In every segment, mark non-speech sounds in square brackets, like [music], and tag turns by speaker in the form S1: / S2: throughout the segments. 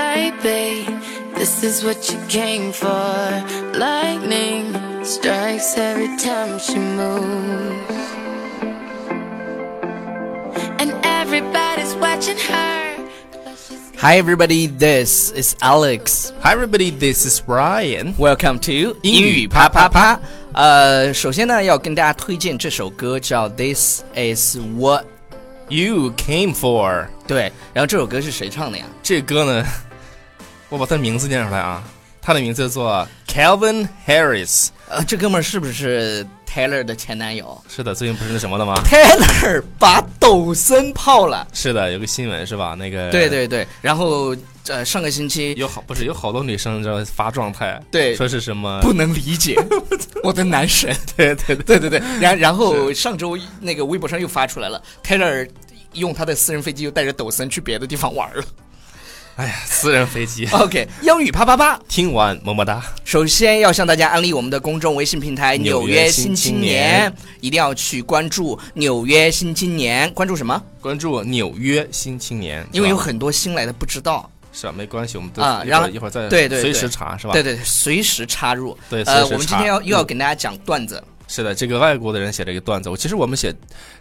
S1: baby. This is what you came for. Lightning strikes every time she moves. And everybody's watching her.
S2: Hi, everybody. This is Alex.
S3: Hi, everybody. This is Ryan.
S2: Welcome to
S3: 英语啪啪啪。
S2: 呃，首先呢，要跟大家推荐这首歌，叫《This Is What》。
S3: You came for
S2: 对，然后这首歌是谁唱的呀？
S3: 这歌呢，我把他的名字念出来啊。他的名字叫做 Calvin Harris。
S2: 呃，这哥们儿是不是 Taylor 的前男友
S3: 是的，最近不是那什么了吗？
S2: ？Taylor 把抖森泡了。
S3: 是的，有个新闻是吧？那个
S2: 对，对对，然后呃，上个星期
S3: 有好不是有好多女生这发状态，
S2: 对
S3: 说是什么
S2: 不能理
S3: [laughs]
S2: 解我的男神。
S3: 对对对
S2: 对对对，然然后上周那个微博上又发出来了，Taylor 用他的私人飞机又带着抖森去别的地方玩
S3: [laughs]
S2: 了。
S3: 哎呀，私人飞机。
S2: OK，英 [laughs] 语啪啪啪。
S3: 听完么么哒，
S2: 首先要向大家安利我们的公众微信平台《
S3: 纽
S2: 纽
S3: 约
S2: 约
S3: 新
S2: 新
S3: 青
S2: 青
S3: 年
S2: 年》，一定要去关注《纽约新青年》，关注什么？
S3: 关注纽约新青年，
S2: 因为
S3: 是
S2: 有
S3: 吧
S2: 很多新来的不知道，
S3: 是吧？没关系，我们都
S2: 啊
S3: 一会
S2: 然后
S3: 儿一会儿再
S2: 对对
S3: 随
S2: 对
S3: 时查啊是吧？
S2: 对对对，随时插入。
S3: 对随
S2: 呃，
S3: 时
S2: 我们
S3: 插
S2: 今天要
S3: 嗯
S2: 又要给大家讲段子，
S3: 是的，这个外国的人写了一个段子。我其实我们写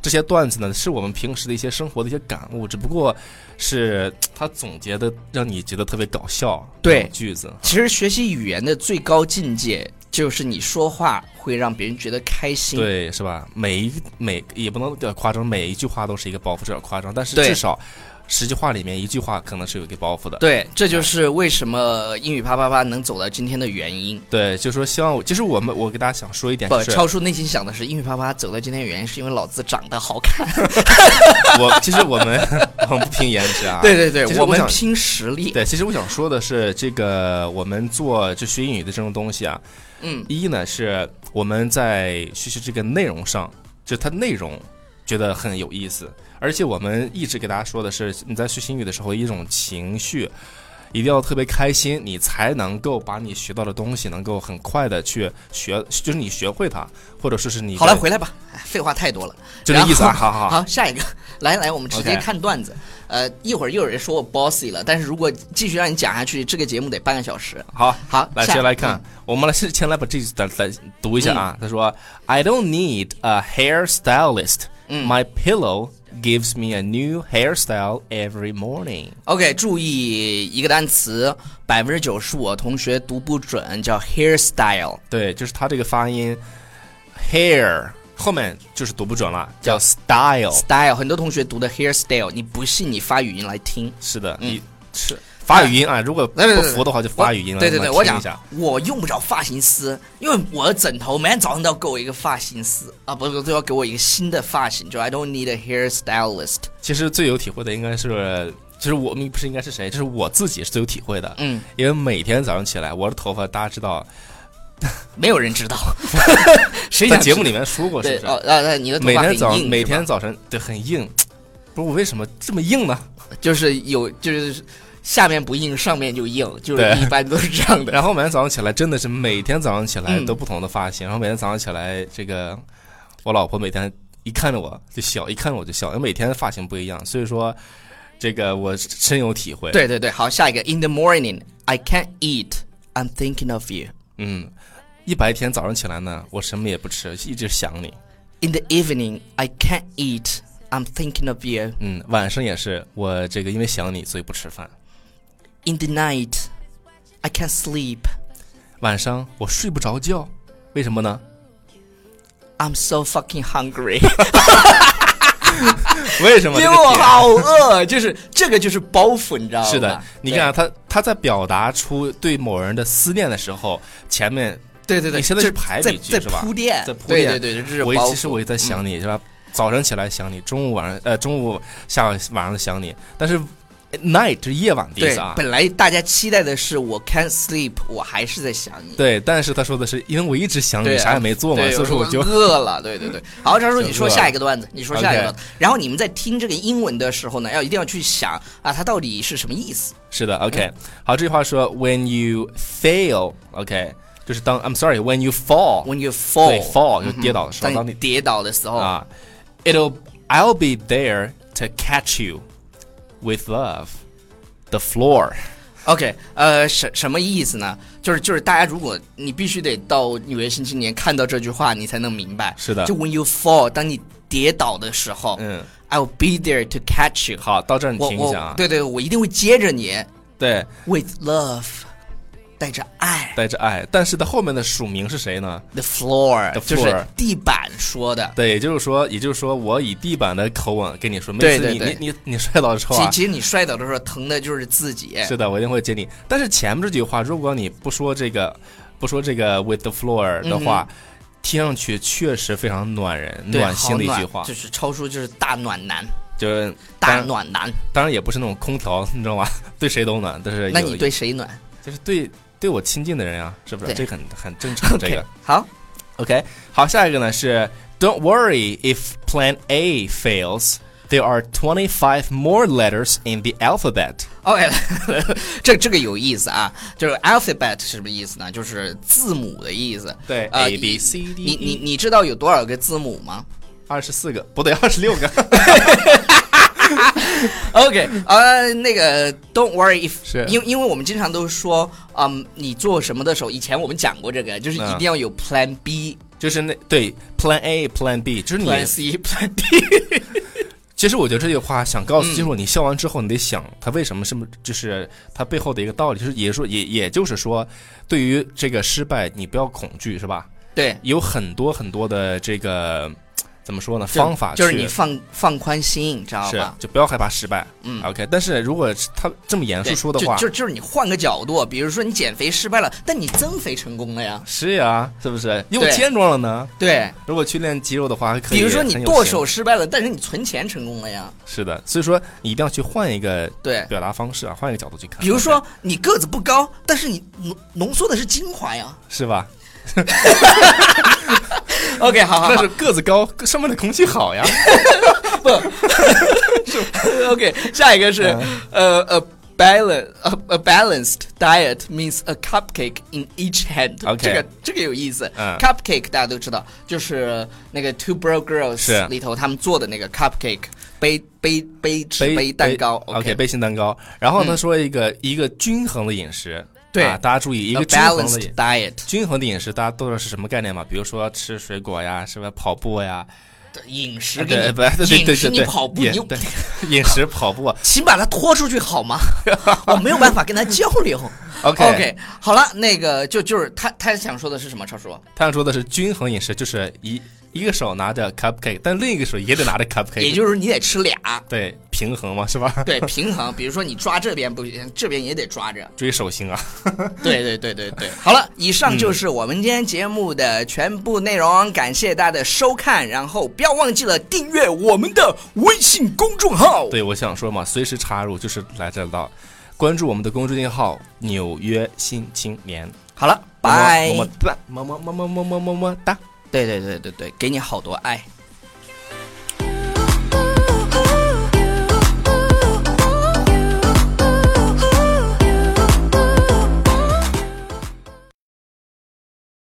S3: 这些段子呢，是我们平时的一些生活的一些感悟，只不过是他总结的，让你觉得特别搞笑。
S2: 对
S3: 这种句子，
S2: 其实学习语言的最高境界就是你说话会让别人觉得开心。
S3: 对，是吧？每一每也不能比较夸张，每一句话都是一个包袱，这点夸张。但是
S2: 对
S3: 至少十句话里面一句话可能是有一个包袱的。
S2: 对，这就是为什么英语啪啪啪能走到今天的原因。
S3: 对，就说希望我，其实我们我给大家想说一点，
S2: 不
S3: 哎就，是
S2: 超叔内心想的是，英语啪啪走到今天的原因是因为老子长得好看。
S3: 我其实我们 [laughs] 我们不凭颜值啊，
S2: 对对对
S3: 其，实
S2: 我
S3: 我
S2: 们
S3: 想
S2: 拼实力。
S3: 对，其实我想说的是，这个我们做就学英语的这种东西啊，
S2: 嗯，
S3: 一呢是我们在学习这个内容上，就它内容觉得很有意思，而且我们一直给大家说的是，你在学习英语的时候，一种情绪一定要特别开心，你才能够把你学到的东西能够很快的去学，就是你学会它，或者说是你
S2: 好了，
S3: 在
S2: 回来吧，哎废话太多了，
S3: 就那意思啊，
S2: 然后
S3: 好好好，
S2: 好，下一个， [laughs] 来来，我们直接
S3: OK
S2: 看段子。呃，一会儿又有人说我 bossy 了，但是如果继续让你讲下去，这个节目得半个小时。
S3: 好。 [laughs]
S2: 好，
S3: 来，
S2: 下
S3: 先来看，我们来是先来把这句来来读一下
S2: 嗯
S3: 啊。他说：“I don't need a hairstylist.
S2: 嗯
S3: My pillow gives me a new hairstyle every morning.”
S2: OK，注意一个单词，百分之九十我同学读不准，叫 hairstyle。
S3: 对，就是他这个发音，hair 后面就是读不准
S2: 嗯
S3: 了，叫 style。
S2: style，很多同学读的 hairstyle，你不信你发语音来听。
S3: 是的，
S2: 嗯
S3: 你是发语音啊，如果不
S2: 来来来
S3: 服的话就
S2: 我
S3: 发语音了。
S2: 对对
S3: 那
S2: 对，
S3: 么
S2: 我
S3: 听
S2: 讲
S3: 一下，
S2: 我用不着发型师，因为我的枕头每天早上都要给我一个发型师啊，不是都要给我一个新的发型，就 I don't need a hairstylist。
S3: 其实最有体会的应该是。其实我们不是应该是谁，就是我自己是最有体会的，
S2: 嗯，
S3: 因为每天早上起来，我的头发大家知道，
S2: 没有人知道，谁
S3: 在
S2: 想
S3: 节目
S2: 里
S3: 里面说过，是
S2: 对
S3: 不是？
S2: 哦啊啊，你的头
S3: 每
S2: 发很硬
S3: 天早
S2: 是吧
S3: 每天早晨对很硬，不是我为什么这么硬呢？
S2: 就是有就是下面不硬，上面就硬，就是
S3: 对
S2: 一般都是这样的。
S3: 然后每天早上起来真的是每天早上起来
S2: 嗯
S3: 都不同的发型，然后每天早上起来这个我老婆每天一看着我就笑，一看着我就笑，因为每天发型不一样，所以说这个我深有体会。，
S2: [laughs] 对对对，好，下一个 In the morning I can't eat, I'm thinking of you.
S3: 嗯，一白天早上起来呢，我什么也不吃，一直想你。
S2: In the evening I can't eat, I'm thinking of you.
S3: 嗯，晚上也是，我这个因为想你，所以不吃饭。
S2: In the night I can't sleep,
S3: 晚上我睡不着觉，为什么呢？
S2: I'm so fucking hungry. [laughs]
S3: 为什么
S2: 因
S3: 这
S2: 为
S3: 个点？
S2: 我好饿，就是这个就是包袱，你知道吗？
S3: 是的，你
S2: 对
S3: 看啊，他他在表达出对某人的思念的时候，前面
S2: 对对对，
S3: 你现在
S2: 就是
S3: 排
S2: 在
S3: 比句
S2: 在
S3: 是吧
S2: 铺垫，
S3: 在铺垫
S2: 呃对对对，这是
S3: 我
S2: 包
S3: 其实
S2: 袱嗯
S3: 我也在想你是吧？早上起来想你，中午晚上呃中午下晚上想你，但是呃 night 就是夜晚的意
S2: 对
S3: 思啊，。
S2: 本来大家期待的是我 can't sleep，我还是在想你。
S3: 对，但是他说的是，因为我一直想你，
S2: 对，啊
S3: 嗯啥也没做嘛，
S2: 对
S3: 所以说我就
S2: 饿了。对对对，好，张叔，
S3: 就
S2: 你说
S3: 饿了
S2: 下一个段子，你说下一个
S3: OK
S2: 段子。然后你们在听这个英文的时候呢，要一定要去想啊，它到底是什么意思？
S3: [laughs] 是的，OK。
S2: 嗯
S3: 好，这句话说 When you fail，OK，就是当 I'm sorry，When you fall，
S2: When you
S3: 对
S2: fall，嗯
S3: fall 就跌倒的时候，
S2: 当
S3: 当
S2: 你
S3: 你
S2: 跌倒的时候
S3: 啊，It'll I'll be there to catch you with love，the floor。
S2: OK，呃，什什么意思呢？就是就是大家如果你必须得到《纽约新青年》看到这句话，你才能明白。
S3: 是的
S2: 就 When you fall，当你跌倒的时候、
S3: 嗯，
S2: i will be there to catch you。
S3: 好，到这儿你
S2: 我
S3: 停一下
S2: 我
S3: 啊。
S2: 对对，我一定会接着你
S3: 对，
S2: with love，带着爱
S3: 带着爱，但是它后面的署名是谁呢？
S2: the floor，
S3: The
S2: 就
S3: floor
S2: 是地板说的。
S3: 对，也就是说，也就是说，我以地板的口吻跟你说，每
S2: 对
S3: 次
S2: 对
S3: 你
S2: 对
S3: 你你你摔倒之后
S2: 其
S3: 啊，
S2: 其实你摔倒的时候疼的就是自己。
S3: 是的，我一定会接你。但是前面这句话，如果你不说这个，不说这个 with the
S2: 嗯
S3: floor 的话，听上去确实非常暖人、
S2: 对，
S3: 暖
S2: 好
S3: 心的一句
S2: 暖
S3: 话
S2: 就，是超叔就是大暖男，
S3: 就是当
S2: 大
S3: 然
S2: 暖男。
S3: 当然也不是那种空调，你知道吗？ [laughs] 对谁都暖，但是
S2: 那
S3: 哎有
S2: 你对谁暖
S3: 就是对对我亲近的人呀、是不
S2: 对
S3: 是？这个很很正常。这个
S2: ？OK，好，
S3: OK，好，下一个呢是 Don't worry if Plan A fails. There are twenty five more letters in the alphabet.
S2: OK，这这个有意思啊，就是 alphabet 是什么意思呢？就是字母的意思。
S3: 对
S2: 呃
S3: A B C D
S2: 你你
S3: E
S2: 你知道有多少个字母吗
S3: 二十四个不对，二十六个。
S2: ？OK，呃，那个 Don't worry if，
S3: 是
S2: 因因为我们经常都说，嗯，你做什么的时候，以前我们讲过这个，就是一
S3: 嗯
S2: 定要有 Plan B、
S3: [laughs] 就是那对 Plan A、Plan B，就是你。
S2: Plan C、Plan
S3: [laughs]
S2: D。
S3: 其实我觉得这句话想告诉，就是说你笑完之后，你得想它为什么是不是就是它背后的一个道理，就是也说也也就是说，对于这个失败，你不要恐惧，是吧？
S2: 对，
S3: 有很多很多的这个怎么说呢？方法
S2: 就是
S3: 去
S2: 你放放宽心，你知道
S3: 是
S2: 吧？
S3: 就不要害怕失败。嗯，OK。但是如果是他这么严肃
S2: 对
S3: 说的话，
S2: 就就就是你换个角度，比如说你减肥失败了，但你增肥成功了呀。
S3: 是呀，是不是又
S2: 对
S3: 健壮了呢？
S2: 对，
S3: 如果去练肌肉的话，还可以
S2: 比如说你
S3: 很有啊
S2: 剁
S3: 型
S2: 手失败了，但是你存钱成功了呀。
S3: 是的，所以说你一定要去换一个
S2: 对，
S3: 表达方式啊，换一个角度去看，
S2: 比如说你个子不高，但是你浓浓缩的是精华
S3: [laughs]
S2: 呀。
S3: 是吧？
S2: OK，好好
S3: 但
S2: 好
S3: 是个子高，上面的空气好
S2: [laughs]
S3: 呀。
S2: ，OK，下一个是
S3: 嗯
S2: 呃呃。Balance a, a balanced diet means a cupcake in each hand。
S3: OK
S2: 这个这个有意思。
S3: 嗯
S2: cupcake 大家都知道，就是那个 Two Bro
S3: 是
S2: Girls 里头他们做的那个 cupcake 杯杯杯纸
S3: 杯
S2: 杯蛋糕。嗯
S3: ，OK，杯心蛋糕。然后他说一个一个均衡的饮食，
S2: 对
S3: 啊大家注意一
S2: a
S3: 个均衡的饮
S2: balanced diet
S3: 均衡的饮食，大家都知道是什么概念嘛？比如说吃水果呀，是吧？跑步呀，
S2: 饮食给
S3: 对，
S2: 你
S3: 不，对对
S2: 饮
S3: 对
S2: 食
S3: 对
S2: 你
S3: 对，
S2: 跑步
S3: 饮
S2: 你又
S3: 对饮食跑步
S2: 请把他拖出去好
S3: [laughs]
S2: 吗？我没有办法跟他交流。
S3: ，OK
S2: OK，好了，那个就就是他他想说的是什么？超叔，
S3: 他想说的是均衡饮食，就是一一个手拿着 cupcake，但另一个手也得拿着 cupcake，
S2: 也就是你得吃俩，
S3: 对平衡嘛，是吧？
S2: 对，平衡。比如说你抓这边不行，这边也得抓着。
S3: 追手心啊，
S2: 对对对对对。好了，嗯以上就是我们今天节目的全部内容，感谢大家的收看，然后不要忘记了订阅我们的微信公众号。
S3: 对我想说嘛，随时插入就是来这道，关注我们的公众号《纽约新青年》，
S2: 好了，拜
S3: 么。么哒，么么么么么么么么哒。
S2: 对对对对对，给你好多爱。